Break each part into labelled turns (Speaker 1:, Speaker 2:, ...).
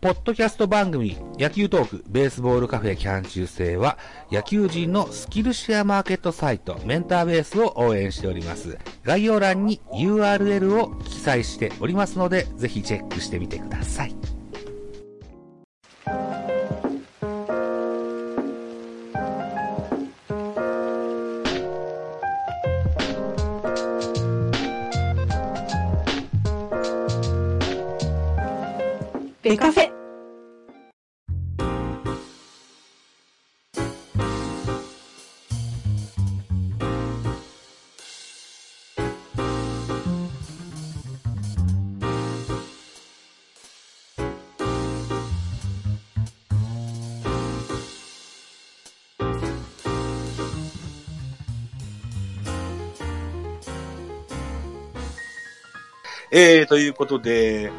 Speaker 1: ポッドキャスト番組野球トークベースボールカフェキャン中制は野球人のスキルシェアマーケットサイトメンターベースを応援しております。概要欄に URL を記載しておりますのでぜひチェックしてみてください。
Speaker 2: ベカフェ。
Speaker 3: えー、ということで、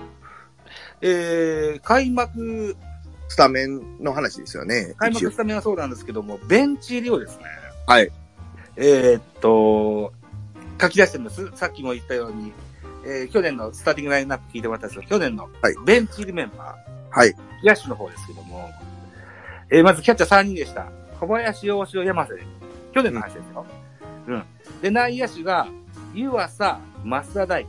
Speaker 3: えー、開幕、
Speaker 4: スタメンの話ですよね。
Speaker 3: 開幕
Speaker 4: 一応
Speaker 3: スタメンはそうなんですけども、ベンチ入りをですね、
Speaker 4: はい。
Speaker 3: えーっと、書き出してます。さっきも言ったように、えー、去年のスターティングラインナップ聞いてもらったんですけど、去年の
Speaker 4: はい
Speaker 3: ベンチ入りメンバ
Speaker 4: はい。
Speaker 3: ー、野手の方ですけども、えー、まずキャッチャー3人でした。小林、大城、山瀬。去年の話ですよ。うん。で、内野手が、湯浅、増田大輝。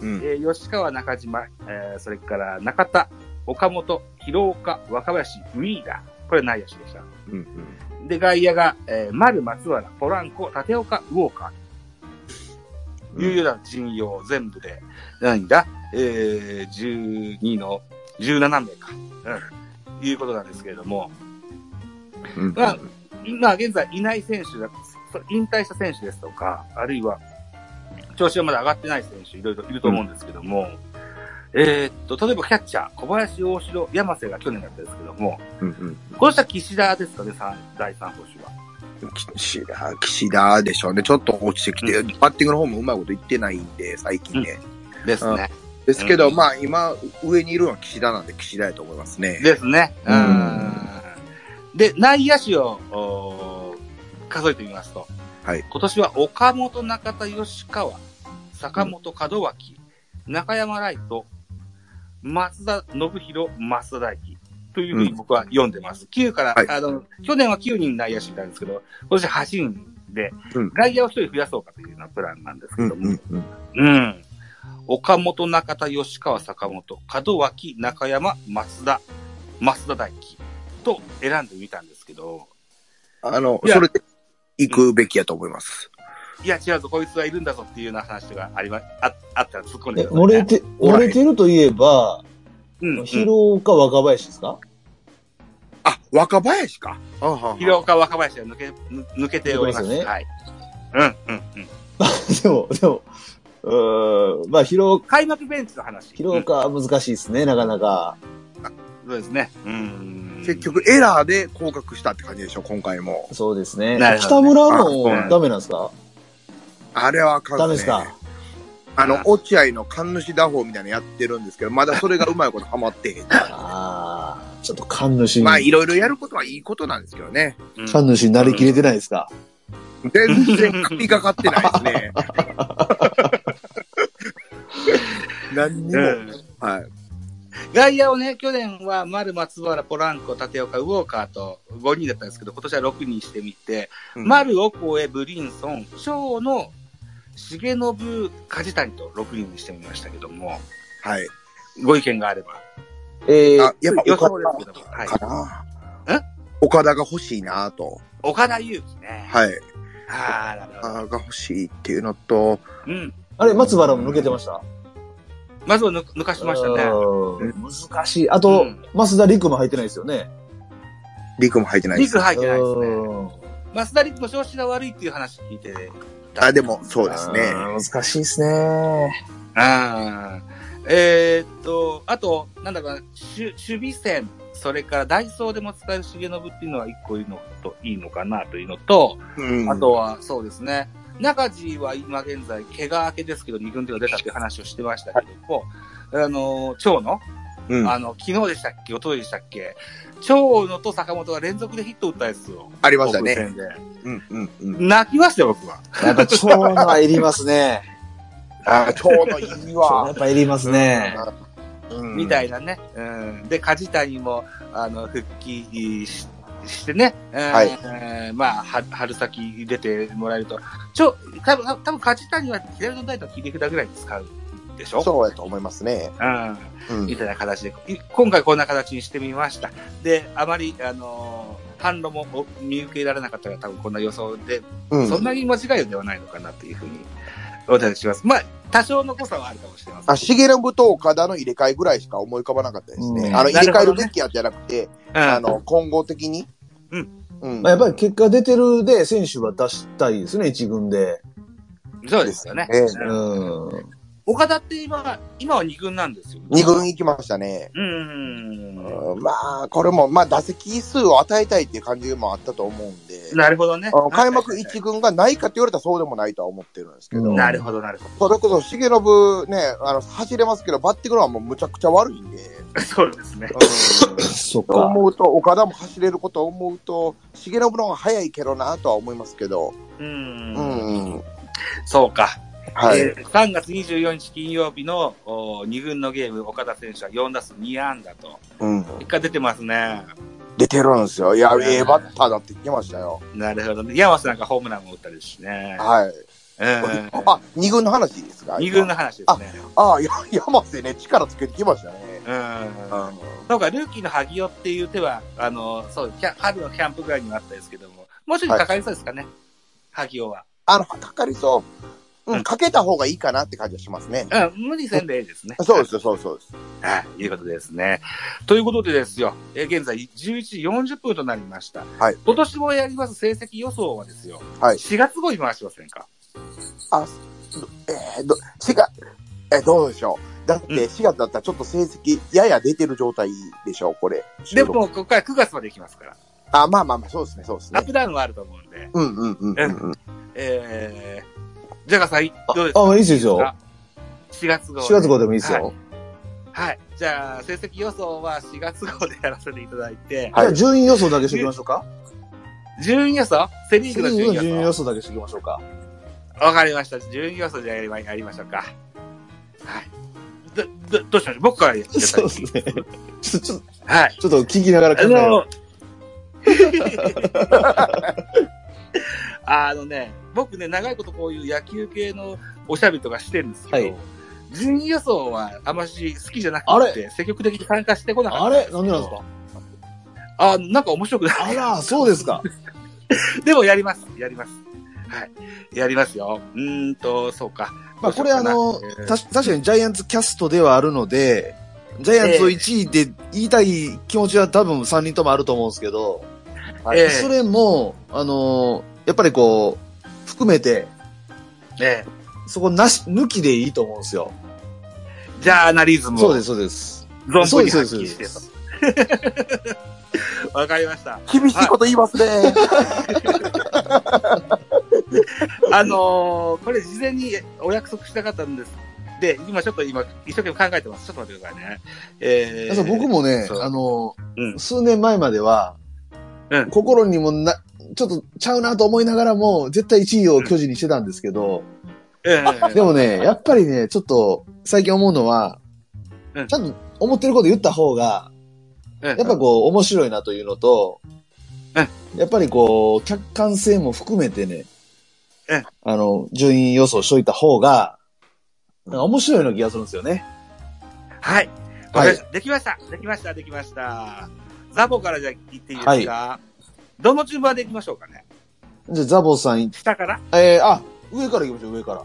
Speaker 4: うん。
Speaker 3: えー吉川、中島、えーそれから中田、岡本、広岡、若林、ウィーダー。これ内野手でした。
Speaker 4: うんうん。
Speaker 3: で、外野が、えー丸、松原、ポランコ、立岡、ウォーカー。というような陣容全部で、何だえー、12の17名か。うん。いうことなんですけれども、
Speaker 4: うんうん
Speaker 3: まあ今現在いない選手が、そ引退した選手ですとか、あるいは、調子がまだ上がってない選手、いろいろいると思うんですけども、えーっと、例えばキャッチャー、小林、大城、山瀬が去年だったんですけども、
Speaker 4: うん
Speaker 3: この人は岸田ですかね、三第3捕手は。
Speaker 4: うん。岸田、岸田でしょうね。ちょっと落ちてきて、バッティングの方もうまいこといってないんで、最近ね。
Speaker 3: ですね。
Speaker 4: ですけど、
Speaker 3: うん
Speaker 4: まあ今、上にいるのは岸田なんで岸田やと思いますね。
Speaker 3: ですね。う
Speaker 4: うんん。
Speaker 3: で、内野手をおー数えてみますと、
Speaker 4: はい
Speaker 3: 今年は岡本、中田、吉川、坂本、門脇、中山ライト、松田信弘、増田大輝というふうに僕は読んでます。9から、
Speaker 4: はい
Speaker 3: あの、去年は9人内野手いたんですけど、今年8人で、
Speaker 4: うん
Speaker 3: 外野を1人増やそうかというようなプランなんですけ
Speaker 4: うん
Speaker 3: ども、
Speaker 4: うんうん。
Speaker 3: うん。岡本、中田、吉川、坂本、門脇、中山、松田、増田大輝と選んでみたんですけど、
Speaker 4: あの、
Speaker 3: いや
Speaker 4: それで行くべきやと思います。
Speaker 3: いや違うぞ、こいつはいるんだぞっていうような話がありま、ああったら突っ込んで
Speaker 5: え
Speaker 3: ください
Speaker 5: 漏れて、
Speaker 4: おら
Speaker 5: 漏
Speaker 4: へん
Speaker 5: れてるといえ
Speaker 3: うんう
Speaker 5: ば、
Speaker 3: ん広
Speaker 5: 広岡若林ですか
Speaker 4: あ、若林か。あはは
Speaker 3: 岡、若林が抜け、抜抜けております。
Speaker 5: 抜けてますよね
Speaker 3: はい。うん、うん、うん。
Speaker 5: でも、でも、うーん、まあ、広岡、
Speaker 3: 開幕ベンチの話。
Speaker 5: 広岡は難しいですね、なかなか。
Speaker 3: うんそうですね。うん。
Speaker 4: 結局エラーで降格したって感じでしょ、今回も。
Speaker 5: そうですね。
Speaker 3: なるほど
Speaker 5: 北
Speaker 3: ね
Speaker 5: 村
Speaker 4: あそう
Speaker 3: なん
Speaker 5: も
Speaker 3: だ
Speaker 5: ダメなんですか
Speaker 4: あれはあかんね
Speaker 5: ダメですか
Speaker 4: あの、落合の神主打法みたいなのやってるんですけど、まだそれがうまいことハマっ てへん。
Speaker 5: ああ、ちょっと神主に、
Speaker 4: まあ、いろいろやることはいいことなんですけどね。
Speaker 3: うん、
Speaker 5: 神主になりきれてないですか、
Speaker 4: 全然神がかってないで すね。何にも。
Speaker 3: うん
Speaker 4: はい。
Speaker 3: 外野をね、去年は丸、松原、ポランコ、立岡、ウォーカーと5人だったんですけど、今年は6人にしてみて、
Speaker 4: うん
Speaker 3: 丸、オコエ、ブリンソン、長野、重信、梶谷と6人にしてみましたけども、
Speaker 4: はい。
Speaker 3: ご意見があれば。
Speaker 5: えー
Speaker 4: あ、やっぱ
Speaker 3: 予
Speaker 4: 岡
Speaker 3: 想ですけども、はい。
Speaker 4: 田かな。
Speaker 3: え
Speaker 4: 岡田が欲しいなと。
Speaker 3: 岡田祐希ね。い。
Speaker 4: はい。
Speaker 3: ああ、なるほ
Speaker 4: 岡
Speaker 3: ど。
Speaker 4: 田が欲しいっていうのと、
Speaker 3: うん。
Speaker 5: あれ、松原も抜けてました。
Speaker 3: まずは抜抜かしましたね。
Speaker 5: うん難しい。あと、
Speaker 3: うん
Speaker 5: 増田陸も入ってないですよね。
Speaker 4: リクも入ってないで
Speaker 3: リ
Speaker 4: す。
Speaker 3: ク入ってないですね。
Speaker 5: うん
Speaker 3: 増田リクも調子が悪いっていう話聞いてた
Speaker 4: あ、でも、そうですね。
Speaker 5: あー難しいですね。
Speaker 3: あーえーっと、あと、なんだろうな、守守備線、それからダイソーでも使える重信っていうのは一個いいのと、いいのかなというのと、
Speaker 4: うん
Speaker 3: あとはそうですね、中地は今現在、怪我明けですけど、二軍では出たっていう話をしてましたけども、あの、長野、
Speaker 4: うんあ
Speaker 3: あの、昨日でしたっけ、おとといでしたっけ、長野と坂本が連続でヒット打ったやつを。
Speaker 4: りました
Speaker 3: 航空
Speaker 4: ね。
Speaker 3: 戦で
Speaker 4: うんうんうん。
Speaker 3: 泣きましたよ、僕は。
Speaker 5: やっぱ長野はいりますね。
Speaker 4: あ、ちょうどいい
Speaker 5: 長野
Speaker 4: わ
Speaker 5: や。っぱいりますね。
Speaker 4: うん
Speaker 3: みたいなね。うん。で、梶谷も、あの、復帰ししてね、うん
Speaker 4: はい
Speaker 3: えーまあ、は春先出てもらえると。ちょ、多分多分梶谷は左の台と切り札ぐらいに使うでしょ
Speaker 4: そうやと思いますね。
Speaker 3: うん。
Speaker 4: うん
Speaker 3: みたいな形で、い今回こんな形にしてみました。で、あまり、あのー反論もお見受けられなかったから多分こんな予想で、
Speaker 4: うん。
Speaker 3: そんなに間違いではないのかなというふうに、お願いします。まあ、多少の誤差はあるかもしれません。
Speaker 4: あ、重信と岡田の入れ替えぐらいしか思い浮かばなかったですね。
Speaker 5: うん
Speaker 4: あの、
Speaker 3: な
Speaker 4: 入
Speaker 3: る
Speaker 4: れ
Speaker 3: ほ
Speaker 4: 替え
Speaker 3: どね
Speaker 4: るべきやじゃなくて、
Speaker 3: うん
Speaker 4: あの、混合的に。
Speaker 3: う
Speaker 4: うん。
Speaker 5: まあ、やっぱり結果出てるで、選手は出したいですね、一軍で。
Speaker 3: そうですよね。
Speaker 4: です
Speaker 5: う
Speaker 3: うん
Speaker 5: ん。
Speaker 3: 岡田って今、今は二軍なんですよ。
Speaker 4: 二軍行きましたね。
Speaker 3: うん。
Speaker 4: うんまあ、これも、まあ、打席数を与えたいっていう感じもあったと思うんで、
Speaker 3: なるほどね
Speaker 4: あの。開幕一軍がないかって言われたらそうでもないとは思ってるんですけど、
Speaker 5: うん
Speaker 3: なるほど、なるほ
Speaker 4: それこそ重信ね、あの、走れますけど、バッティングのはもうむちゃくちゃ悪いんで、
Speaker 3: ど。そうですね。
Speaker 5: そっ
Speaker 4: と
Speaker 5: か。
Speaker 4: 思うと、岡田も走れることを思うと、重信の方が早いけどなとは思いますけど、
Speaker 3: う。
Speaker 4: うんん、うん、
Speaker 3: そうか。
Speaker 4: はい。
Speaker 3: えー3月24日金曜日のお2軍のゲーム、岡田選手は4打数2安打と。
Speaker 4: うん、
Speaker 3: 結果出てますね。
Speaker 4: 出てるんですよ。いや、
Speaker 3: うん
Speaker 4: ええバッターだって言ってましたよ。
Speaker 3: なるほどね。山瀬なんかホームランも打ったですしね。
Speaker 4: はい。
Speaker 3: うん。
Speaker 4: あ、二軍の話ですか
Speaker 3: 2軍の話ですね。
Speaker 4: ああ、や山瀬ね、力つけてきましたね。
Speaker 3: うん
Speaker 4: う。ん。
Speaker 3: そうか、ルーキーの萩尾っていう手は、あの、そう、キャ春のキャンプぐらいにはあったですけども、もうちょいかかりそうですかね、萩尾は。
Speaker 4: あの、かかりそう。う
Speaker 3: うん
Speaker 4: ん、かけた方がいいかなって感じがしますね。
Speaker 3: うん、無理せんでええですね。
Speaker 4: そうです、そうですそうです。
Speaker 3: はい、いうことですね。ということでですよ、えー現在11時40分となりました。
Speaker 4: はい
Speaker 3: 今年もやります成績予想はですよ、
Speaker 4: はい
Speaker 3: 4月号に回しませんか
Speaker 4: あ、すどえー、ど、違う、えーどうでしょう。だって
Speaker 3: うん
Speaker 4: 4月だったらちょっと成績やや出てる状態でしょう、これ。
Speaker 3: でも、ここから9月まで行きますから、
Speaker 4: あ、まあまあまあ、そうですね、そうです
Speaker 3: ア
Speaker 4: ね
Speaker 3: ッ。プダウンはあると思うんで、
Speaker 4: うんうんうんうんうん。
Speaker 3: えー、ジャガさん、どうですか
Speaker 5: あ、まあいいですよ。
Speaker 3: 4月号。
Speaker 5: 4月号でもいいですよ。
Speaker 3: はい。じゃあ、成績予想は4月号でやらせていただいて、
Speaker 4: はい
Speaker 5: じゃあ、順位予想だけしておきましょうか。
Speaker 3: 順位予想セリー
Speaker 5: 次
Speaker 3: グの
Speaker 5: の
Speaker 3: 順位
Speaker 5: 順位
Speaker 3: 予
Speaker 5: 予
Speaker 3: 想。
Speaker 5: 想だけしておきましょうか。
Speaker 3: わかりました。順位予想じゃあやりまやりましょうか。はい。ど、ど、どうしましょう僕からやって
Speaker 5: そうですね。 ちょっと、ちょっ
Speaker 3: ね。はい。
Speaker 5: とちょっと聞きながら考
Speaker 3: あ
Speaker 5: えよ
Speaker 3: の、あの ね、僕ね、長いことこういう野球系のおしゃべりとかしてるんですけど、
Speaker 5: はい
Speaker 3: 順位予想はあまし好きじゃな
Speaker 5: あ
Speaker 3: くて、積極的に参加してこ
Speaker 5: う。
Speaker 3: なか
Speaker 5: あ
Speaker 3: っ
Speaker 5: れなんでなんですか
Speaker 3: た。あなんか面白くない。
Speaker 5: あら、そうですか。
Speaker 3: でもやります、やります。はい。やりますよ。うーんと、そうか。
Speaker 5: まあ、これあ
Speaker 3: どう
Speaker 5: の
Speaker 3: しようか、な
Speaker 5: たし確かにジャイアンツキャストではあるので、ジャイアンツを1位で言いたい気持ちは多分3人ともあると思うんですけど、
Speaker 4: はい
Speaker 3: ええ
Speaker 5: それも、あのーやっぱりこう、含めて、
Speaker 3: ええ
Speaker 5: そこなし、抜きでいいと思うんですよ。
Speaker 3: ジャーナリズム
Speaker 5: そう
Speaker 3: を
Speaker 5: です、そうです。
Speaker 3: 存
Speaker 5: そ
Speaker 3: 分
Speaker 5: うで
Speaker 3: に
Speaker 5: す、
Speaker 3: 発
Speaker 5: そう
Speaker 3: 揮
Speaker 5: で
Speaker 3: して
Speaker 5: す。
Speaker 3: と。わかりました。
Speaker 4: 厳しいこと言いますね。
Speaker 3: あのーこれ事前にお約束したかったんです。で、今ちょっと今、一生懸命考えてます。ちょっと待ってくださいね。えー、
Speaker 5: そう僕もね
Speaker 3: そう、
Speaker 5: あの
Speaker 3: うん
Speaker 5: 数年前までは、
Speaker 3: うん
Speaker 5: 心にもな、ちょっとちゃうなと思いながらも、絶対1位を巨人にしてたんですけど、
Speaker 3: え
Speaker 5: で
Speaker 3: ー、
Speaker 5: もね、やっぱりね、ちょっと最近思うのは、
Speaker 3: うん
Speaker 5: ちゃんと思ってること言った方が、
Speaker 3: うん
Speaker 5: やっぱこう面白いなというのと、やっぱりこう客観性も含めてね、
Speaker 3: うん
Speaker 5: あの、順位予想しといた方が、なんか面白いような気がするんですよね。
Speaker 3: はい。
Speaker 5: はい
Speaker 3: わかりましたできました。できました。できました。ザボからじゃあ言っていいですか、どの順番でいきましょうかね
Speaker 5: じゃあザボさんい、
Speaker 3: 下から
Speaker 5: えー、あ、上から行きましょう、上から。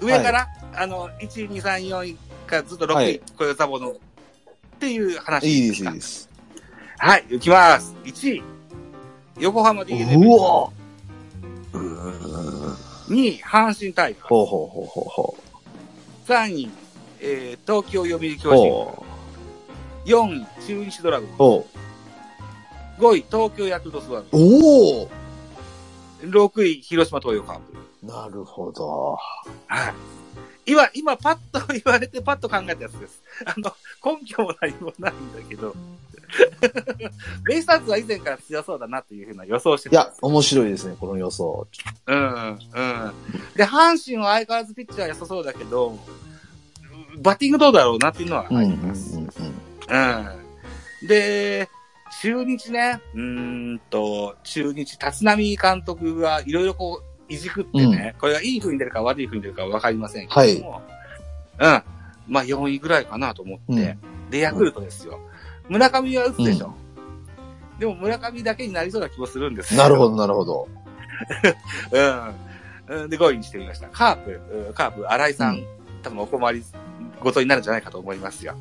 Speaker 3: 上から、あの、1、2、3、4からずっと6位、
Speaker 5: はい
Speaker 3: これザボの、っていう話。
Speaker 5: いいです、いいです。
Speaker 3: はい、行きます。1位、横浜 DNA。
Speaker 5: うわ
Speaker 3: 2位、阪神タイガー
Speaker 5: ほうほうほうほうほう。
Speaker 3: ス。3位、えー、東京読売巨人。
Speaker 5: ほう。
Speaker 3: 4位、中日ドラゴン。
Speaker 5: ほう。
Speaker 3: 5位、東京ヤクルトスワロー
Speaker 5: おお
Speaker 3: ズ。6位、広島東洋カープ。
Speaker 5: なるほど。
Speaker 3: はい。今、今、パッと 言われて、パッと考えたやつです。あの、根拠も何もないんだけど。 ベイスターズは以前から強そうだなというふうな予想をして
Speaker 5: い
Speaker 3: たん
Speaker 5: や
Speaker 3: です、
Speaker 5: 面白いですね、この予想。
Speaker 3: うん、うん。で、阪神は相変わらずピッチャー良さそうだけど、バッティングどうだろうなっていうのはあ
Speaker 5: うんう
Speaker 3: り
Speaker 5: ん
Speaker 3: ます。
Speaker 5: うんうん。
Speaker 3: うん。で、中日ね、うーんと、中日、立浪監督がいろいろこう、いじくってね、これがいい風に出るか悪い風に出るかわかりませんけども、うん。まあ、4位ぐらいかなと思って、で、ヤクルトですよ。村上は打つでしょ。でも村上だけになりそうな気もするんですよ
Speaker 5: なるほど、なるほど。
Speaker 3: うん。で、5位にしてみました。カープ、うんカープ、新井さん、
Speaker 5: う
Speaker 3: 多分お困りごとになるんじゃないかと思いますよ。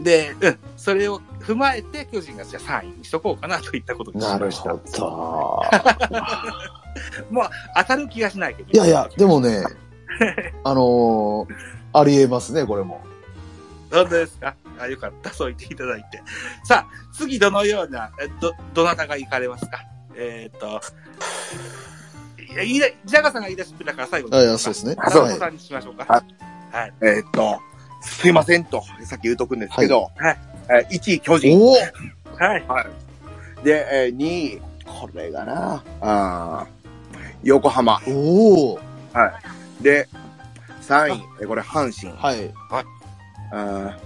Speaker 3: で、うん。それを踏まえて、巨人がじゃあ3位にしとこうかなといったことにし
Speaker 5: なる
Speaker 3: ました。
Speaker 5: ほど。
Speaker 3: 当たる気がしないけど。
Speaker 5: いやいや、でもね、あのーありえますね、これも。
Speaker 3: 本当ですかあ、よかった。そう言っていただいて。さあ、次どのような、えど、どなたが行かれますかえーっと、いや、言いだ、ジャガさんが言い出しっぺだから最後に。
Speaker 5: あいやそうですね
Speaker 3: あ、そう
Speaker 5: はい
Speaker 3: さんにしましょうか。
Speaker 4: は
Speaker 3: はい。
Speaker 4: えーっと、すいませんと、さっき言うとくんですけど、
Speaker 3: はい
Speaker 4: えー1位巨人。
Speaker 5: おお
Speaker 3: はい。
Speaker 4: で、えー2位、これがな、あー横浜。
Speaker 5: おお
Speaker 4: で、3位、えーこれ阪神。
Speaker 5: はい。
Speaker 4: あー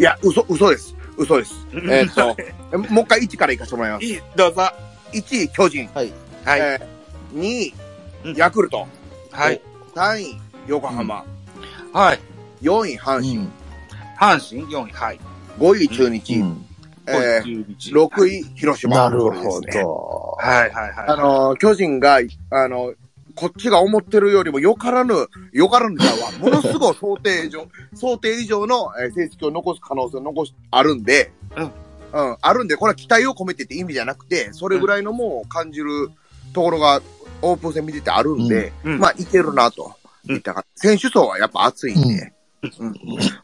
Speaker 4: いや、嘘、嘘です。嘘 です。えーっと、えもう一回1からいかせてもらいます。
Speaker 3: いい、どうぞ。
Speaker 4: 1位、巨人。
Speaker 3: はい。
Speaker 4: えー2
Speaker 3: うん
Speaker 4: 位、ヤクルト。
Speaker 3: はい。
Speaker 4: 3位、横浜。
Speaker 3: はい。
Speaker 4: 4位、阪
Speaker 5: う
Speaker 4: 神。
Speaker 5: ん。
Speaker 3: 阪神4位。はい。
Speaker 4: 5位、中日。
Speaker 5: うん
Speaker 4: えー
Speaker 3: 6
Speaker 4: 6。位、広島。
Speaker 5: なるほ
Speaker 4: これですね
Speaker 5: ど。
Speaker 3: はいはいはい。
Speaker 4: あのー、巨人が、あのー、こっちが思ってるよりもよからぬ、よからぬだわ。ものすごい想定以上、 想定以上のえー成績を残す可能性を残し、あるんで、
Speaker 3: うん。
Speaker 4: うん、あるんで、これは期待を込めてって意味じゃなくて、それぐらいのもう感じるところがオープン戦見ててあるんで、
Speaker 3: うんうん
Speaker 4: まあ、いけるなと。
Speaker 3: うん
Speaker 4: いったか選手層はやっぱ熱いんで。うん。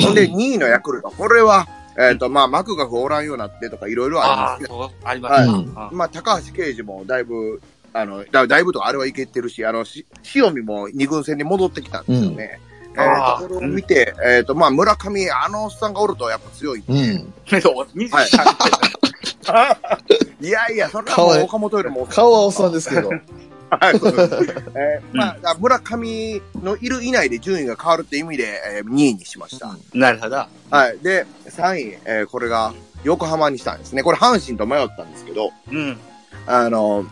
Speaker 4: ほんで、2位のヤクルト。これは、えっ、と、まあ、マクガフおらんようになってとかいろいろあります
Speaker 3: あ
Speaker 4: けど
Speaker 3: ー、そう、ありますね
Speaker 5: はい
Speaker 3: うん
Speaker 4: まあ、高橋奎二もだいぶ、あの、だだいぶとかあれはいけてるし、あの、し塩見も二軍戦に戻ってきたんですよね。え
Speaker 3: ああ
Speaker 4: ー、とこれを見て、えっ、と、まあ、村上、あのおっさんがおるとやっぱ強い。
Speaker 5: うん。
Speaker 3: そう、23
Speaker 4: はい
Speaker 3: 歳。
Speaker 4: いやいや、それは
Speaker 5: かわ
Speaker 4: も
Speaker 5: いうい
Speaker 4: 岡本よりも、
Speaker 5: 顔はおっさんですけど。
Speaker 4: はい、そうです えーまあ、だから村上のいる以内で順位が変わるって意味で、え2位にしました。
Speaker 3: なるほど。
Speaker 4: はい。で、3位、えーこれが横浜にしたんですね。これ阪神と迷ったんですけど、
Speaker 3: うん。
Speaker 4: あの、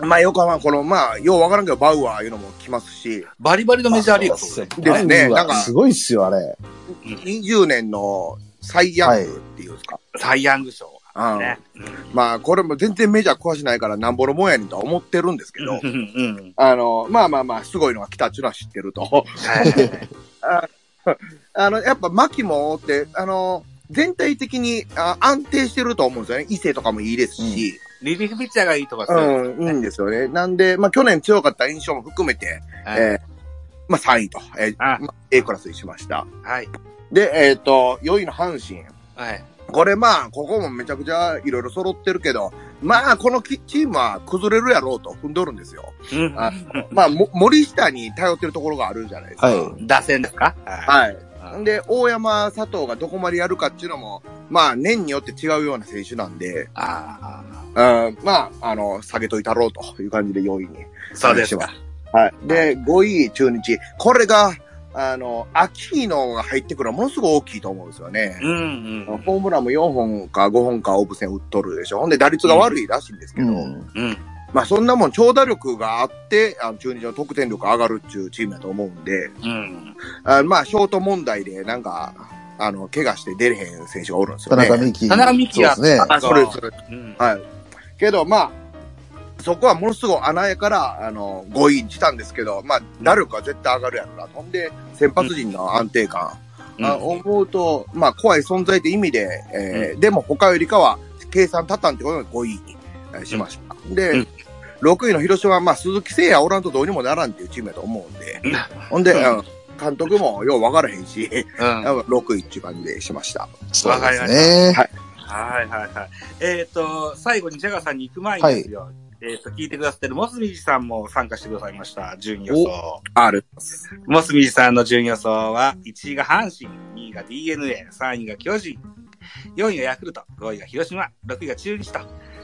Speaker 4: まあ、横浜、この、まあ、ようわからんけど、バウアーいうのも来ますし、
Speaker 3: バリバリのメジャーリーグ。
Speaker 4: ですね
Speaker 5: うわ
Speaker 4: なんか
Speaker 5: すごいっすよ、あれ。
Speaker 4: 20年の最悪っていうんですか。
Speaker 3: サイヤング賞。
Speaker 4: うん
Speaker 3: ね
Speaker 4: まあ、これも全然メジャー詳しないからなんぼのもんやねんとは思ってるんですけ
Speaker 3: うん
Speaker 4: ど、
Speaker 3: うん。
Speaker 4: あの、まあまあまあ、すごいのが来たっていうのは知ってると。
Speaker 3: はい。
Speaker 4: あの、やっぱ、牧もおって、あの、全体的にあ安定してると思うんですよね。伊勢とかもいいですし、
Speaker 3: リリーフピッチャーがいいとか
Speaker 4: う
Speaker 3: そういう。
Speaker 4: ん、いいんですよね。なんで、まあ、去年強かった印象も含めて、
Speaker 3: はい
Speaker 4: えーまあ、3位と、えー
Speaker 3: あ
Speaker 4: まあ A クラスにしました。
Speaker 3: はい。
Speaker 4: で、えっ、と、4位の阪神。
Speaker 3: はい。
Speaker 4: これまあ、ここもめちゃくちゃいろいろ揃ってるけど、まあ、このきチームは崩れるやろうと踏んどるんですよ。
Speaker 3: うん
Speaker 4: あまあ、も森下に頼ってるところがあるじゃないですか。
Speaker 5: はい。
Speaker 3: 打線ですかは
Speaker 4: はい。で、大山佐藤がどこまでやるかっていうのも、まあ、年によって違うような選手なんで、
Speaker 3: あ
Speaker 4: うん、まあ、あの、下げといたろうという感じで4位に。
Speaker 3: あ、そうですか。
Speaker 4: はい。で、5位、中日。これが、あの、秋のが入ってくるのはものすごい大きいと思うんですよね。
Speaker 3: うんうん。
Speaker 4: ホームランも4本か5本かオープン戦打っとるでしょ。ほんで打率が悪いらしいんですけ
Speaker 5: う
Speaker 4: ど、
Speaker 5: ん。
Speaker 3: うん。
Speaker 4: まあそんなもん長打力があって、あの中日の得点力上がるっていうチームだと思うんで、
Speaker 3: うん。
Speaker 4: あまあショート問題でなんか、あの、怪我して出れへん選手がおるんです
Speaker 5: 田
Speaker 4: よね。
Speaker 5: 中美希。
Speaker 3: 田中美希は
Speaker 5: そうですね。
Speaker 4: あ、それそれ。
Speaker 3: うん。
Speaker 4: はい。けどまあ、そこはものすごい穴やから、あの、5位にしたんですけど、まあ、打力は絶対上がるやろな。ほんで、先発陣の安定感、あ思うと、まあ、怖い存在って意味で、えーでも他よりかは、計算立たんってことが5位にえーしました。で、
Speaker 3: うん
Speaker 4: 6位の広島は、まあ、鈴木誠也おらんとどうにもならんっていうチームやと思うんで、
Speaker 3: うん
Speaker 4: ほんで、
Speaker 3: うん
Speaker 4: うん監督もよう分からへんし、
Speaker 3: うん。
Speaker 4: 多分6位っていう感じでしました。
Speaker 5: そう
Speaker 3: わかり
Speaker 5: で
Speaker 3: ますしはい
Speaker 5: ね。
Speaker 3: はいはい。えっ、と、最後にジャガーさんに行く前にですよ。えっ、と、聞いてくださってるモスミジさんも参加してくださいました。順位予想。
Speaker 4: ある。
Speaker 3: モスミジさんの順位予想は、1位が阪神、2位が DNA、3位が巨人、4位がヤクルト、5位が広島、6位が中日と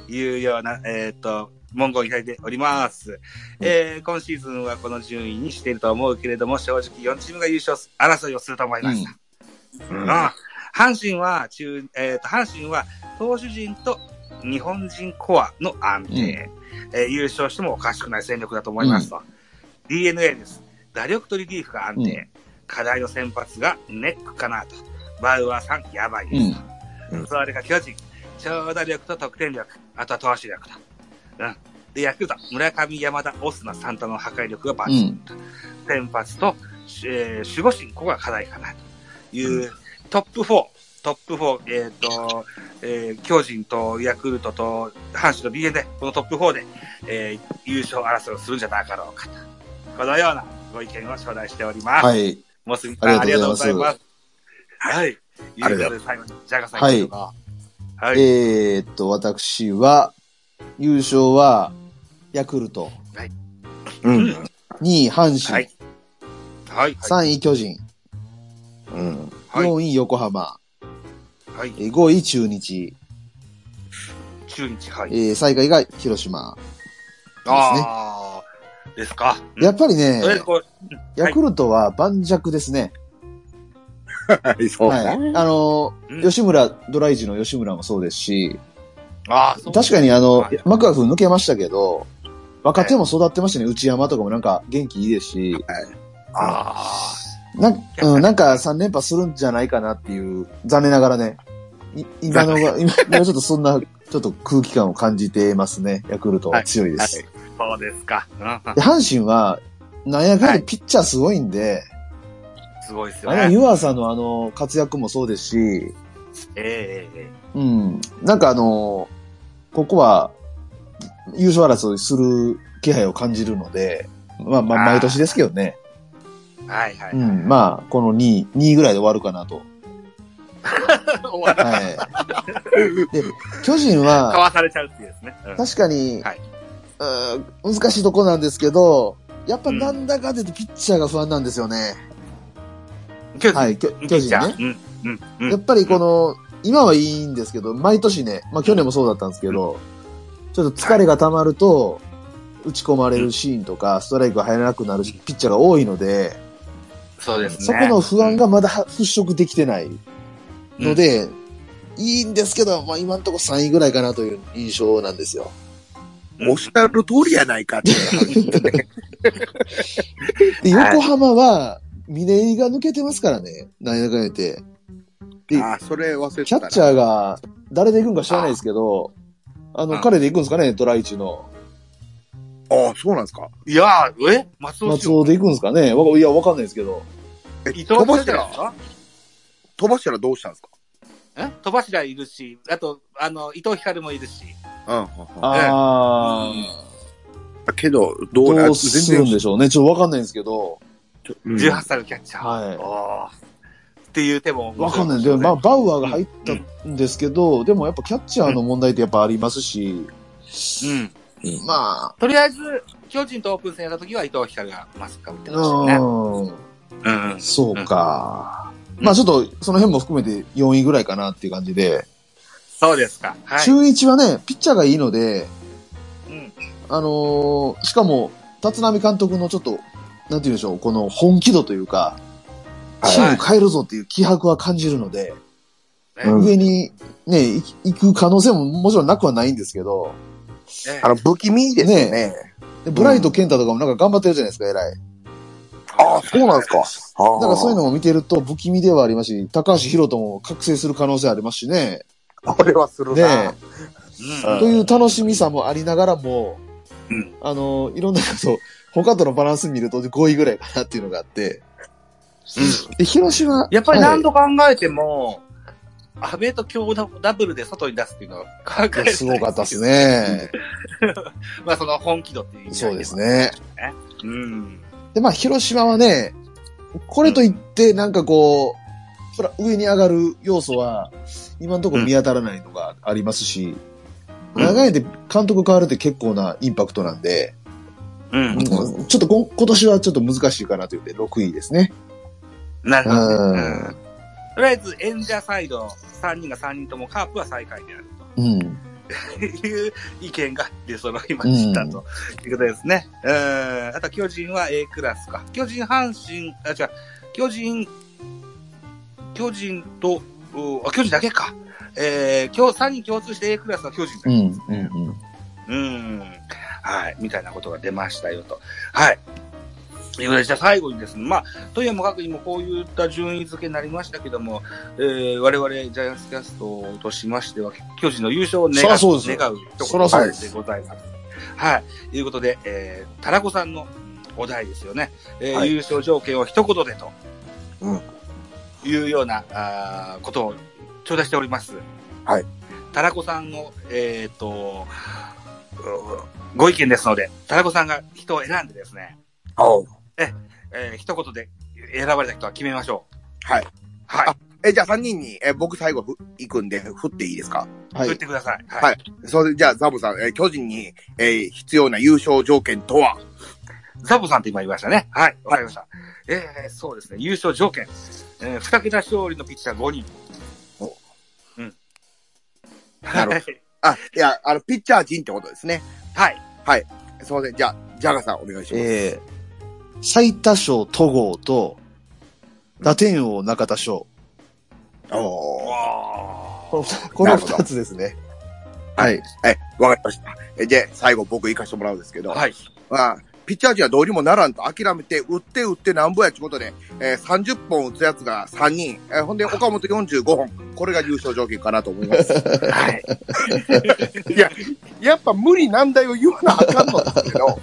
Speaker 3: いうような、えっ、と、文言に書いております。えー今シーズンはこの順位にしていると思うけれども、正直4チームが優勝す争いをすると思いました。
Speaker 4: うん
Speaker 3: あ阪神は中、えーと、阪神は投手陣と日本人コアの安定、えー優勝してもおかしくない戦力だと思いますと。DNA です。打力とリリーフが安定。課題の先発がネックかなと。バウアーさん、やばいですと。
Speaker 4: うん
Speaker 3: それが巨人、長打力と得点力、あとは投手力と。うん。で、ヤクルト、村上、山田、オスナ、サンタの破壊力が抜群。先発と、えー、守護神、ここが課題かなという、トップ4、トップ4、えっ、と、えー巨人とヤクルトと阪神と BN で、このトップ4で、えー優勝争いをするんじゃなかろうかと。このようなご意見を頂戴しております。
Speaker 5: は。い。
Speaker 3: もうすぐさん、あ
Speaker 5: あ
Speaker 3: り
Speaker 5: り
Speaker 3: が
Speaker 5: が
Speaker 3: と
Speaker 5: と
Speaker 3: う
Speaker 5: う
Speaker 3: ご
Speaker 5: ご
Speaker 3: ざ
Speaker 5: ざ
Speaker 3: いま。
Speaker 5: います
Speaker 3: はい。いう
Speaker 5: あり
Speaker 3: こ
Speaker 5: が
Speaker 3: と
Speaker 5: と
Speaker 3: で、最後に、ジャガさん、
Speaker 5: はい
Speaker 3: いかがでしょうか。はい。
Speaker 5: えーっと、私は、優勝は、ヤクルト。
Speaker 4: うん。
Speaker 5: 2位、阪
Speaker 3: は
Speaker 5: 神
Speaker 3: い。。はい。
Speaker 5: 3位、巨人。
Speaker 4: うん。
Speaker 3: はい。
Speaker 5: 4位、横浜。
Speaker 3: はい。
Speaker 5: えー5位、中日。
Speaker 3: 中日、は
Speaker 5: え
Speaker 3: い。
Speaker 5: ー最下位が広島。
Speaker 3: ああ、ですか。うん
Speaker 5: やっぱり
Speaker 3: とりあえず
Speaker 5: ね、
Speaker 3: こう、
Speaker 5: ヤクルトは盤石ですね。
Speaker 4: はい、そう
Speaker 5: はい。あ
Speaker 4: ね。
Speaker 5: のー
Speaker 3: うん
Speaker 5: 吉村、ドライジの吉村もそうですし、
Speaker 3: ああ、そう
Speaker 5: 確かにあの
Speaker 3: はい、
Speaker 5: マクガフ抜けましたけど、若手も育ってましたね。内山とかもなんか元気いいですし、
Speaker 3: あ
Speaker 5: なん,、うん、なんか3連覇するんじゃないかなっていう、残念ながらね。い今のが、今今ちょっとそんな、ちょっと空気感を感じてますね。ヤクルトは強いで
Speaker 3: あ、
Speaker 5: す。
Speaker 3: そうですか。うん
Speaker 5: で阪神は、なんやかんやピッチャーすごいんで、
Speaker 3: すごいですよ
Speaker 5: あの、
Speaker 3: ね。
Speaker 5: 湯浅さんのあの、活躍もそうですし、
Speaker 3: えええええ
Speaker 5: うん。なんかあのーここは、優勝争いする気配を感じるので、まあま
Speaker 3: あ
Speaker 5: あ、
Speaker 3: ー
Speaker 5: 毎年ですけどね。
Speaker 3: えはいはいうはい。
Speaker 5: ん。まあ、この2位、2位ぐらいで終わるかなと。
Speaker 3: 終わる
Speaker 5: はい。で、巨人
Speaker 3: か
Speaker 5: は、
Speaker 3: わされちゃうっていうですね。うん
Speaker 5: 確かに、
Speaker 3: はい
Speaker 5: うん難しいとこなんですけど、やっぱなんだかんだ言ってピッチャーが不安なんですよね。
Speaker 3: 巨人
Speaker 5: はい、きょ巨人ね。
Speaker 3: ね。うん、うん、う
Speaker 5: や
Speaker 3: ん。
Speaker 5: っぱりこの、今はいいんですけど、毎年ね、まあ去年もそうだったんですけど、ちょっと疲れが溜まると、打ち込まれるシーンとか、ストライクが入らなくなるしピッチャーが多いので、
Speaker 3: そうですね。
Speaker 5: そこの不安がまだ払拭できてないので、いいんですけど、まあ今のところ3位ぐらいかなという印象なんですよ。
Speaker 4: おっしゃる通りやないかって。
Speaker 5: で、
Speaker 3: はい
Speaker 5: 横浜は、峰井が抜けてますからね、何やかんや言って。で、
Speaker 4: あ、それ忘れて
Speaker 5: キャ
Speaker 4: たな。
Speaker 5: ッチャーが誰で行くんか知らないですけど、あ
Speaker 3: あ
Speaker 5: の、彼で行くんですかね、ドライチの。
Speaker 4: ああ、そうなんですか。
Speaker 3: いやー、え松尾
Speaker 5: 松
Speaker 3: 翔
Speaker 5: 尾で行くんですかねわかいや、わかんないですけど。
Speaker 4: え
Speaker 3: 伊藤
Speaker 4: 飛ばし
Speaker 3: 翔太で
Speaker 4: たら
Speaker 3: す、か
Speaker 4: 飛ばしたらどうしたんですか
Speaker 3: え戸柱いるし、あと、あの、伊藤光もいるし。
Speaker 4: うんうん
Speaker 5: あ
Speaker 4: うん。けど、ど
Speaker 5: ー
Speaker 4: う
Speaker 5: ど
Speaker 4: や
Speaker 5: うするんでしょうね。ちょっとわかんないんですけど。
Speaker 4: うん
Speaker 3: 18歳のキャッチャー。おー
Speaker 5: は
Speaker 3: っていう手も
Speaker 5: い。わかんない。で
Speaker 3: よ
Speaker 5: も、まあ、バウアーが入ったんですけど、でもやっぱキャッチャーの問題ってやっぱありますし、
Speaker 3: うん。
Speaker 5: まあ、
Speaker 3: とりあえず、巨人とオープン戦やった時は伊藤光がマスクかぶってましたよね。
Speaker 5: うん。
Speaker 3: うんうん。
Speaker 5: そうか。
Speaker 3: うん
Speaker 5: まあちょっと、その辺も含めて4位ぐらいかなっていう感じで、
Speaker 3: そうですか。はい。
Speaker 5: 中1はね、ピッチャーがいいので、
Speaker 3: うん
Speaker 5: あのーしかも、立浪監督のちょっと、なんて言うんでしょう、この本気度というか、
Speaker 4: はい
Speaker 5: チーム変えるぞっていう気迫は感じるので、
Speaker 3: ね
Speaker 4: うん
Speaker 5: 上にね、い行く可能性ももちろんなくはないんですけど、
Speaker 3: ね
Speaker 4: あの、不気味ですね。
Speaker 5: ねでブライト健太とかもなんか頑張ってるじゃないですか、偉い。
Speaker 4: ああ、そうなんですか。ああ。
Speaker 5: だからそういうのも見てると不気味ではありますし、高橋宏斗も覚醒する可能性ありますしね。
Speaker 4: これはするな。
Speaker 5: ね
Speaker 3: うん
Speaker 5: という楽しみさもありながらも、
Speaker 3: うん
Speaker 5: あの、いろんなこと、他とのバランス見ると5位ぐらいかなっていうのがあって、で広島、
Speaker 3: やっぱり
Speaker 5: はい
Speaker 3: 何度考えても、安倍と京のダブルで外に出すっていうのは考えてない
Speaker 5: すごかったです。ね。
Speaker 3: まあその本気度っていう意味合
Speaker 5: そう
Speaker 3: い
Speaker 5: です。ね。
Speaker 3: うん。
Speaker 5: で、まあ、広島はね、これといって、なんかこう、ほら、上に上がる要素は、今のところ見当たらないのがありますし、
Speaker 3: うん
Speaker 5: 長いで監督変わるって結構なインパクトなんで、
Speaker 3: うん。
Speaker 5: ちょっとこ今年はちょっと難しいかなというので、6位ですね。
Speaker 3: なるほどね。
Speaker 5: う
Speaker 3: うんとりあえず演者サイド3人が3人ともカープは最下位である
Speaker 5: うん。
Speaker 3: という意見が出揃いましたということですね。うん。あと巨人は A クラスか。巨人阪神、あ、違う。巨人、巨人と、うあ、巨人だけか。えー、今日3人共通して A クラスは巨人だけ
Speaker 5: うん、うん、うん。
Speaker 3: うん。はい。みたいなことが出ましたよと。はい。ということでじゃあ最後にですね、まあ、というもかくにもこういった順位付けになりましたけども、えー、我々ジャイアンツキャストとしましては、巨人の優勝を願
Speaker 5: そら
Speaker 3: う、
Speaker 5: そうですよ
Speaker 3: 願うとこ
Speaker 5: そら
Speaker 3: ろ
Speaker 5: そう
Speaker 3: で
Speaker 5: です
Speaker 3: ございます。はい。ということで、えー、タラコさんのお題ですよね。えー
Speaker 4: はい
Speaker 3: 優勝条件を一言でと。
Speaker 4: うん
Speaker 3: いうような、あーことを頂戴しております。
Speaker 4: はい。
Speaker 3: タラコさんの、えっ、と、うご意見ですので、タラコさんが人を選んでですね、
Speaker 4: おう
Speaker 3: えー一言で選ばれた人は決めましょう。
Speaker 4: はい。
Speaker 3: は
Speaker 4: あえ、じゃあ3人に、え、僕最後ふ行くんで、振っていいですか
Speaker 3: い。
Speaker 5: は
Speaker 3: 言っ
Speaker 5: い。
Speaker 3: てください。はい。
Speaker 4: はいそれじゃあ、ザボさん、えー巨人に、えー必要な優勝条件とは
Speaker 3: ザボさんって今言いましたね。はい。わかりました。えー、そうですね。優勝条件。えー、二桁勝利のピッチャー5人。
Speaker 4: お
Speaker 3: うん。
Speaker 4: なるほあ、いや、あの、ピッチャー陣ってことですね。
Speaker 3: はい。
Speaker 4: すいません。じゃあ、ジャガさんお願いします。
Speaker 5: えー、最多勝戸郷と、打点王中田翔。
Speaker 4: おー
Speaker 3: おー。
Speaker 5: このこの二つですね。はい。
Speaker 4: え、わかりました。え、で、最後僕行かしてもらうんですけど、
Speaker 3: はい。
Speaker 4: まあ、ピッチャー陣はどうにもならんと諦めて、打って打ってなんぼやってことで、えー30本打つやつが3人、えーほんで岡本45本、これが優勝条件かなと思います。
Speaker 3: はい。
Speaker 4: いや、やっぱ無理難題を言わなあかんのですけど、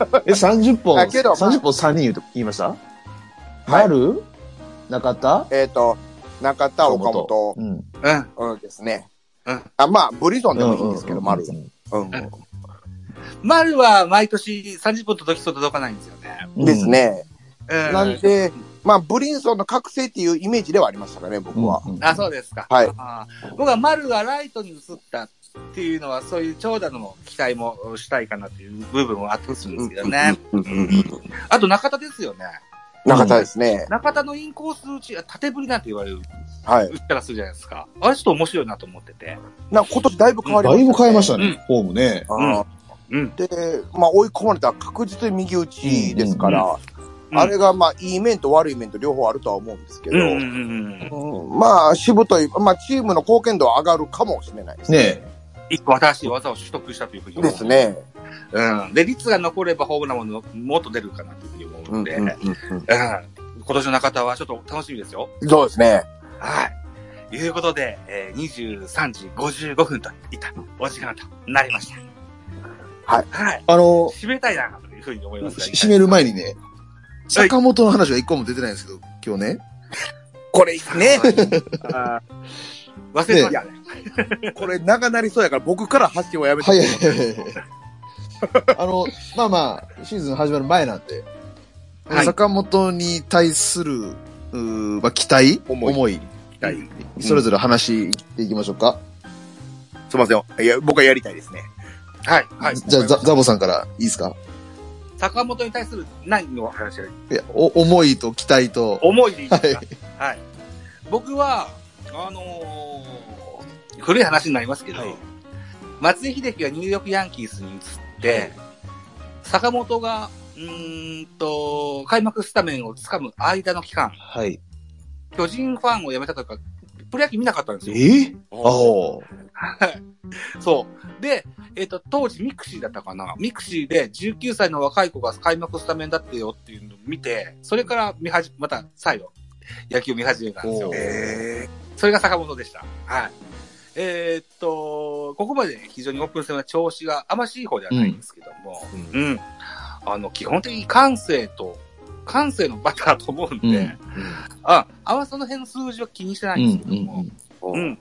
Speaker 5: え、30本、
Speaker 4: だけどまあ
Speaker 5: 30本3人言うと言いました丸中田
Speaker 4: えっ、と、中田、岡本、
Speaker 5: うん。
Speaker 3: うん。
Speaker 4: うんですね。
Speaker 3: うん
Speaker 4: あまあ、ブリゾンでもいいんですけど、丸。
Speaker 5: うん
Speaker 4: うん。
Speaker 3: 丸は毎年30分届きそうと届かないんですよね。
Speaker 5: うん
Speaker 4: ですね。
Speaker 3: うん。
Speaker 4: なんで、まあ、ブリンソンの覚醒っていうイメージではありましたかね、僕は。
Speaker 5: うん
Speaker 3: あ、そうですか。
Speaker 4: はい
Speaker 3: あー僕は丸がライトに移ったっていうのは、そういう長打の期待もしたいかなっていう部分はあったりするんですけどね。
Speaker 4: うんうんうん
Speaker 3: あと中田ですよね。
Speaker 4: 中田ですね。
Speaker 3: 中田のインコース打ち、縦振りなんて言われる、
Speaker 4: はい。
Speaker 3: 打ったらするじゃないですか。あれちょっと面白いなと思ってて。
Speaker 4: なんか今年だいぶ変わり
Speaker 5: だいぶ変えました
Speaker 4: ね。
Speaker 5: ね、フォームね。
Speaker 3: うんうん
Speaker 4: で、まあ追い込まれたら確実に右打ちですから、
Speaker 3: うん
Speaker 4: あれがまあいい面と悪い面と両方あるとは思うんですけど、
Speaker 3: うんうんうん。
Speaker 4: うんまあしぶとい、まあチームの貢献度は上がるかもしれないですね。
Speaker 5: ね
Speaker 3: 一個新しい技を取得したというふうに思
Speaker 4: で
Speaker 3: う。
Speaker 4: す。ね。
Speaker 3: うん。で、率が残ればホームランももっと出るかなというふうに思うんで、うん今年の中田はちょっと楽しみですよ。
Speaker 4: そうですね。
Speaker 3: はい。いうことで、えー、23時55分といったお時間となりました。
Speaker 4: はい。
Speaker 3: はい。
Speaker 5: あの、
Speaker 3: 締めたいな、というふうに思いますが。
Speaker 5: し締める前にね、坂本の話は一個も出てないんですけど、今日ね。
Speaker 4: これね、
Speaker 3: あー忘れてましたね。
Speaker 4: これ長なりそうやから僕から発信をやめて
Speaker 5: はいはいはいはい。あの、まあまあ、シーズン始まる前なんで、
Speaker 3: はい
Speaker 5: 坂本に対する、うーまあ、期待
Speaker 4: 思い
Speaker 5: 思それぞれ話していきましょうか。
Speaker 4: すいません。いや、僕はやりたいですね。
Speaker 3: はい。はい。
Speaker 5: じゃあ、ザザボさんからいいですか
Speaker 3: 坂本に対する何の話がいい
Speaker 5: いや、お、思いと期待と、
Speaker 3: 思いでいいで
Speaker 5: は
Speaker 3: す
Speaker 5: い
Speaker 3: か。はい。僕は、あのー古い話になりますけど、松井秀喜がニューヨークヤンキースに移って、坂本が、うーんと、開幕スタメンをつかむ間の期間、
Speaker 5: はい。
Speaker 3: 巨人ファンを辞めたというか、プロ野球見なかったんですよ。
Speaker 5: えああ。
Speaker 3: そう。で、えっ、と、当時ミクシーだったかなミクシーで19歳の若い子が開幕スタメンだってよっていうのを見て、それから見始め、また再度、野球見始めたんですよ
Speaker 5: お。
Speaker 4: え
Speaker 3: それが坂本でした。はい。えーっと、ここまで非常にオープン戦は調子があましい方ではないんですけども、
Speaker 4: う
Speaker 3: うん。あの、基本的に感性と、感性のバッターだと思うんで、
Speaker 5: うん
Speaker 3: あ、あんまその辺の数字は気にしてな
Speaker 5: う
Speaker 3: いん
Speaker 5: ん
Speaker 3: です
Speaker 5: う
Speaker 3: けども、
Speaker 5: ん
Speaker 4: ー
Speaker 3: うん。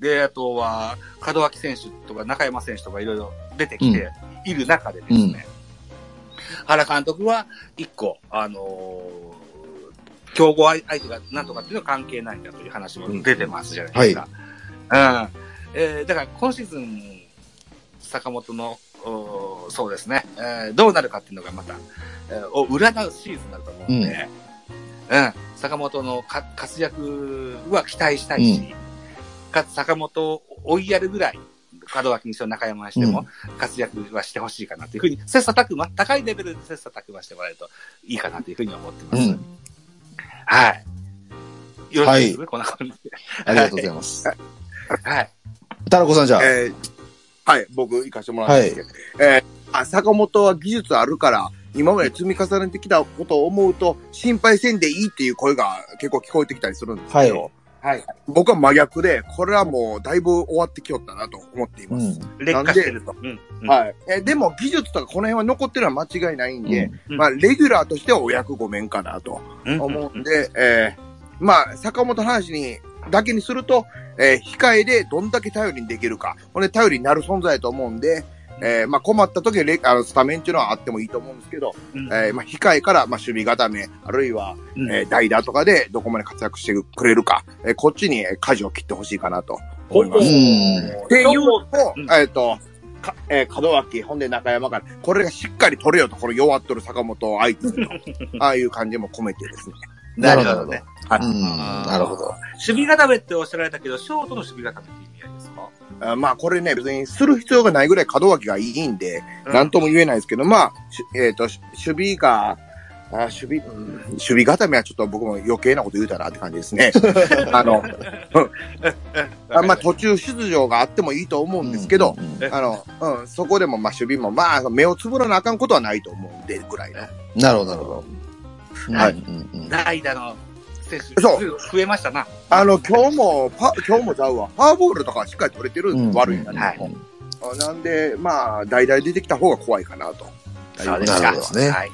Speaker 3: で、あとは、門脇選手とか中山選手とかいろいろ出てきている中でですね、原監督は一個、あのー競合相手がなんとかっていうのは関係ないんだという話も出てますじゃないですか。うん。えーだから今シーズン、坂本の、おーそうですね、えーどうなるかっていうのがまた、えーを占うシーズンになると思うんで、うん、坂本のか活躍は期待したいし、かつ坂本を追いやるぐらい、門脇にしろ中山にしても活躍はしてほしいかなというふうに、切磋琢磨、高いレベルで切磋琢磨してもらえるといいかなというふうに思ってます。
Speaker 5: うん
Speaker 3: はい。よろしいです、こんな感じで。
Speaker 5: ありがとうございます。
Speaker 3: はい。
Speaker 5: タラコさんじゃあ。
Speaker 4: えーはい、僕行かせてもらうんですけど、えーあ、坂本は技術あるから、今まで積み重ねてきたことを思うと、心配せんでいいっていう声が結構聞こえてきたりするんですけど、
Speaker 3: はい。
Speaker 4: 僕は真逆で、これはもうだいぶ終わってきよったなと思っていうます。
Speaker 5: ん。
Speaker 3: 劣化してると。うん。うん
Speaker 4: はい。えーでも技術とかこの辺は残ってるのは間違いないんで、
Speaker 3: うん
Speaker 4: まあ、レギュラーとしてはお役御免かなと
Speaker 3: うん
Speaker 4: 思うんで、えーまあ、坂本の話に、だけにすると、えー控えでどんだけ頼りにできるか、これ頼りになる存在だと思うんで、えーまあ、困った時にレあのスタメンっていうのはあってもいいと思うんですけど、
Speaker 3: うん
Speaker 4: えーまあ、控えから、まあ、守備固め、あるいは、
Speaker 3: うん
Speaker 4: えー代打とかでどこまで活躍してくれるか、えーこっちにえー舵を切ってほしいかなと思います
Speaker 5: う。ん。
Speaker 4: っていうのと、
Speaker 3: うん
Speaker 4: えっ、と、かえー門脇、ほんで中山から、これがしっかり取れよと、これ弱っとる坂本を相 手にと、ああいう感じも込めてですね。
Speaker 5: なるほど。
Speaker 3: ね。
Speaker 5: うん。なるほど。
Speaker 3: 守備固めっておっしゃられたけど、ショートの守備固めって意味合いですか
Speaker 4: あまあこれね、別にする必要がないぐらい門脇がいいんで、
Speaker 3: うん
Speaker 4: なんとも言えないですけど、まあ、しえっ、と、し守備が、あ守備、うん守備固めはちょっと僕も余計なこと言うたなって感じですね。あの、うんあまあ途中出場があってもいいと思うんですけど、
Speaker 5: うん。うん
Speaker 4: あの、うん、そこでも、まあ、守備も、まあ、目をつぶらなあかんことはないと思うんで、ぐらいの。
Speaker 5: なるほど、なるほど。
Speaker 3: はい
Speaker 5: うんうんうん
Speaker 3: 代打の選手、
Speaker 4: そう
Speaker 3: 増えましたな。
Speaker 4: あの、今日も、パ、今日もちゃうわ。ファーボールとかはしっかり取れてる、
Speaker 5: うん
Speaker 4: 悪いんだね。
Speaker 3: はい
Speaker 4: あなんで、まあ、代々出てきた方が怖いかなと。
Speaker 3: そうで
Speaker 5: な
Speaker 3: す
Speaker 5: る
Speaker 3: か。
Speaker 5: ほどですね
Speaker 3: はい。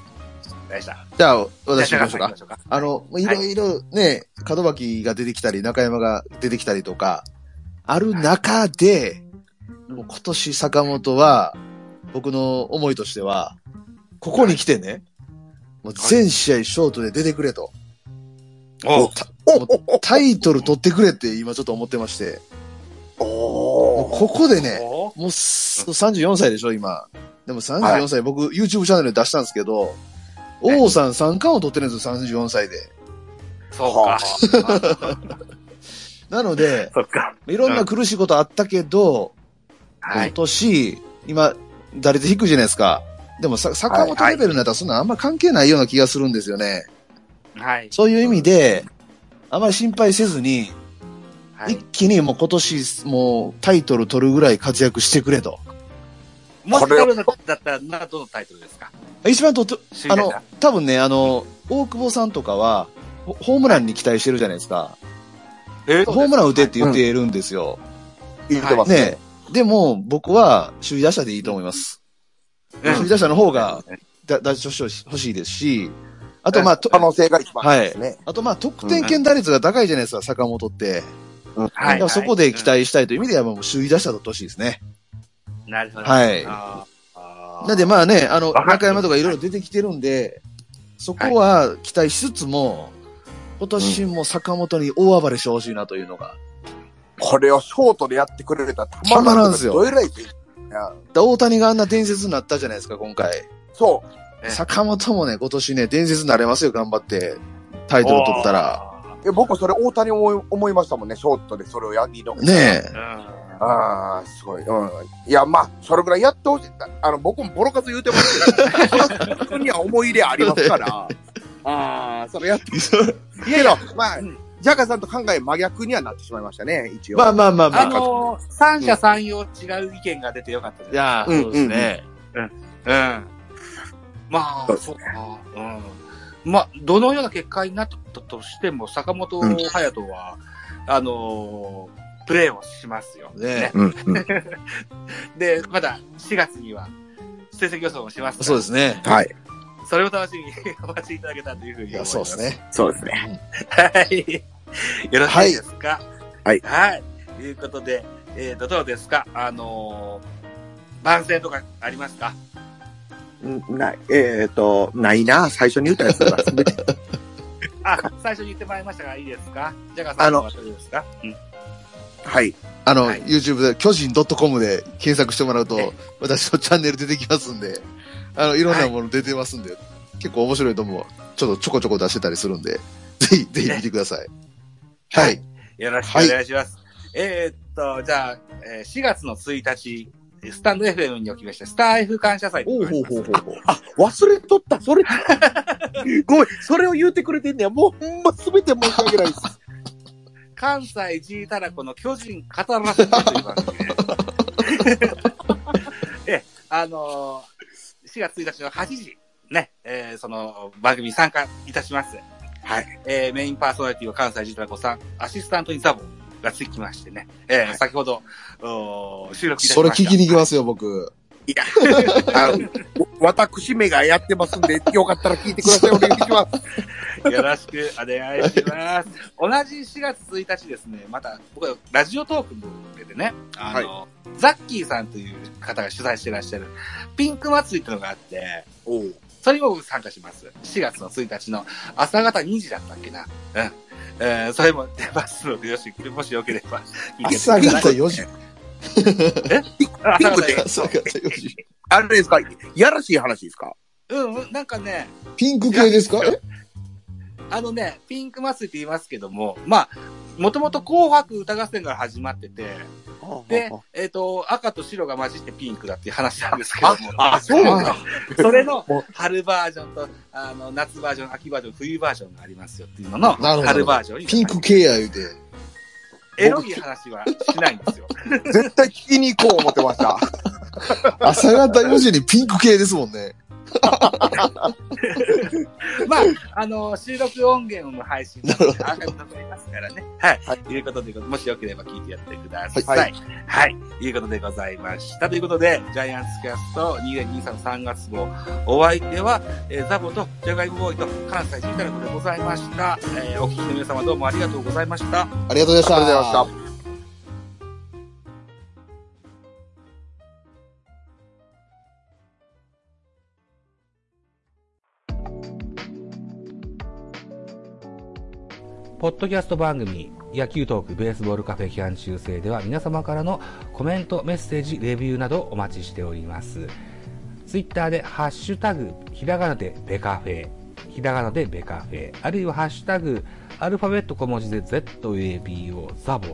Speaker 3: 大した。
Speaker 5: じゃあ、私
Speaker 3: じ
Speaker 5: 行
Speaker 3: ゃ
Speaker 5: き
Speaker 3: あ
Speaker 5: ましょうか。あの、いろいろね、門脇が出てきたり、中山が出てきたりとか、ある中で、もう今年坂本は、僕の思いとしては、ここに来てね、もう全試合ショートで出てくれと、
Speaker 3: おう
Speaker 5: もうタイトル取ってくれって今ちょっと思ってまして、もう
Speaker 4: おー。
Speaker 5: ここでね、
Speaker 3: おう
Speaker 5: もうす34歳でしょ、今。でも34歳、僕 YouTube チャンネルで出したんですけど、王さん三冠を取ってるんですよ、34歳で。
Speaker 3: そうか。
Speaker 5: なので、
Speaker 3: そっか。
Speaker 5: いろんな苦しいことあったけど、
Speaker 3: は
Speaker 5: 今
Speaker 3: い。
Speaker 5: 年、今、打率低いじゃないですか。でもさ、坂本レベルになったらそんなあんま関係ないような気がするんですよね。
Speaker 3: はい。
Speaker 5: そういう意味で、あまり心配せずに、
Speaker 3: はい
Speaker 5: 一気にもう今年、もうタイトル取るぐらい活躍してくれと。
Speaker 3: もし
Speaker 4: これ
Speaker 3: 取
Speaker 4: を
Speaker 3: るだったら、な、どのタイトルですか
Speaker 5: 一番とって、あ
Speaker 3: 首位
Speaker 5: の
Speaker 3: 打者、
Speaker 5: 多分ね、あの、大久保さんとかは、ホホームランに期待してるじゃないですか。
Speaker 3: え
Speaker 5: ホームラン打てって言ってるんですよ。
Speaker 4: 言ってますね。
Speaker 5: ねえでも、僕は、首位打者でいいと思いま
Speaker 3: う
Speaker 5: す。
Speaker 3: ん
Speaker 5: 首位打者の方が、だ、だ、し欲し欲しいですし、あと、まあ、と
Speaker 4: 可能性が一番ですね。
Speaker 5: あと、まあ、得点圏打率が高いじゃないですか、坂本って。だからそこで期。
Speaker 3: はい
Speaker 5: 待したいという意味では、もう首位打者だってほしいですね。
Speaker 3: うんなるほど。
Speaker 5: はい
Speaker 3: あー。
Speaker 5: なんで、まあね、あの、
Speaker 3: わかる
Speaker 5: 中山とかいろいろ出てきてるんで、そこは期待しつつも、今年も坂本に大暴れしてほしいなというのが。
Speaker 4: これをショートでやってくれたらた
Speaker 5: たまらんすよ
Speaker 4: どえらいっていや
Speaker 5: だ大谷があんな伝説になったじゃないですか、今回。
Speaker 4: そう。
Speaker 3: え
Speaker 5: 坂本もね、今年ね、伝説になれますよ、頑張って。タイトル取ったら。
Speaker 3: ら。
Speaker 4: え僕はそれ大谷思い思いましたもんね、ショートでそれをやりの。
Speaker 5: ねえ。
Speaker 3: うん
Speaker 4: ああ、すごい。うん。いや、まあ、それぐらいやってほしい。あの、僕もボロカス言うてますけど、僕には思い入れあります から。ああ、それやってほしい。けど、まあ
Speaker 3: うん、
Speaker 4: ジャガさんと考え真逆にはなってしまいましたね、一応。
Speaker 5: まあまあまあま
Speaker 3: あ
Speaker 5: あ。
Speaker 3: のー、三者三様違う意見が出てよかったです。
Speaker 5: いや
Speaker 4: うん
Speaker 5: ー、そうですね。
Speaker 3: うん。まあ
Speaker 4: そう、です
Speaker 3: そうか。うん。まあ、どのような結果になったとしても、坂本
Speaker 4: うん
Speaker 3: 隼人は、あのープレーをしますよ。
Speaker 5: ね
Speaker 4: うん、うん。
Speaker 3: で、まだ4月には、成績予想をしますから。
Speaker 5: そうですね。
Speaker 4: はい。
Speaker 3: それを楽しみに お待ちいただけたというふうに
Speaker 5: い
Speaker 3: 思い
Speaker 5: や、
Speaker 3: ます。
Speaker 5: そうです。ね。
Speaker 4: そうですね。
Speaker 3: はい。よろしいですか
Speaker 4: はい
Speaker 3: はい。ということで、えっ、と、どうですかあのー番宣とかありますか
Speaker 4: んない、えっ、と、ないな、最初に言ったやつが全て。
Speaker 3: あ、最初に言ってもらいましたが、いいですかジャガーさんのはどうですかうん
Speaker 4: はい。
Speaker 5: あの、
Speaker 3: はい
Speaker 5: YouTube で、巨人 .com で検索してもらう
Speaker 3: ええ
Speaker 5: と、私のチャンネル出てきますんで、あの、いろんなもの出てますんで、結構面白いと思う。ちょっとちょこちょこ出してたりするんで、 ぜひ、ぜひ見てください。はい。
Speaker 3: よろしくお願いします。えーっと、じゃあ、えー4月の1日、スタンド FM におきまして、スター F 感謝祭でございます
Speaker 4: うほう。あ、忘れ とった、 それ。ごめん、それを言うてくれてんねや。もう、ほんま、すべて申し訳ないです。
Speaker 3: 関西 G たらこの巨人語らせてという番組で。え、あのー4月1日の8時、ね、えーその番組に参加いたします。
Speaker 4: はい。
Speaker 3: えーメインパーソナリティは関西ジータラコさん、アシスタントにザボがつきましてね、えー先ほど、おー収録いたし
Speaker 5: それ
Speaker 3: ました。
Speaker 5: 聞きに行きますよ、僕。
Speaker 4: いや、あの、私めがやってますんで、よかったら聞いてください。お願いします。
Speaker 3: よろしくお願いします。同じ4月1日ですね、また僕はラジオトークでね、あの、ザッキーさんという方が主催してらっしゃるピンク祭りっていうのがあって、
Speaker 4: おう
Speaker 3: それにも僕参加します。4月の1日の朝方2時だったっけな。うん。えーそれも出ますので、よし、もしよければ聞いてくださ
Speaker 5: 朝
Speaker 3: い。
Speaker 5: 方4時。
Speaker 3: 朝方で
Speaker 5: 朝方4時。
Speaker 4: あれですかやらしい話ですか
Speaker 3: うんうん、なんかね、
Speaker 5: ピンク系ですか
Speaker 3: いや
Speaker 5: え
Speaker 3: あのね、ピンク祭りって言いますけども、まあ、もともと紅白歌合戦が始まってて、で、えっ、と、赤と白が混じってピンクだっていう話なんですけども。
Speaker 4: ああそうなんだ。
Speaker 3: それの春バージョンと、あの、夏バージョン、秋バージョン、冬バージョンがありますよっていうのの、
Speaker 5: なるほど
Speaker 3: 春バージョンに。
Speaker 5: ピンク系や言うて。
Speaker 3: エロい話はしないんですよ。
Speaker 4: 絶対聞きに行こう思ってました。
Speaker 5: 朝方4時にピンク系ですもんね。
Speaker 3: まあ、あの、収録音源も配信なので、アーカイブ残りますからね。はい。、
Speaker 4: はい
Speaker 3: うことで、もしよければ聞いてやってください。は。
Speaker 4: はい
Speaker 3: はい。いうことでございました。ということで、ジャイアンツキャスト2023 3月号、お相手は、えーザボとジャガイモボーイと関西ジータルコでございました。えーお聞きの皆様どうもありがとうございました。
Speaker 5: ありがとうございました。
Speaker 4: ありがとうございました。
Speaker 1: ポッドキャスト番組野球トークベースボールカフェ批判修正では皆様からのコメント、メッセージ、レビューなどお待ちしております。ツイッターでハッシュタグ、ひらがなでベカフェ、ひらがなでベカフェ、あるいはハッシュタグ、アルファベット小文字で ZABO ザボ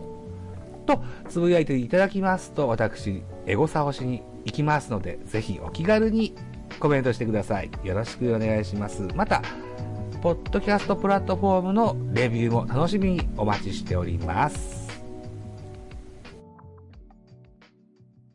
Speaker 1: とつぶやいていただきますと私、エゴサをしに行きますので、ぜひお気軽にコメントしてください。よろしくお願いします。また、ポッドキャストプラットフォームのレビューも楽しみにお待ちしております。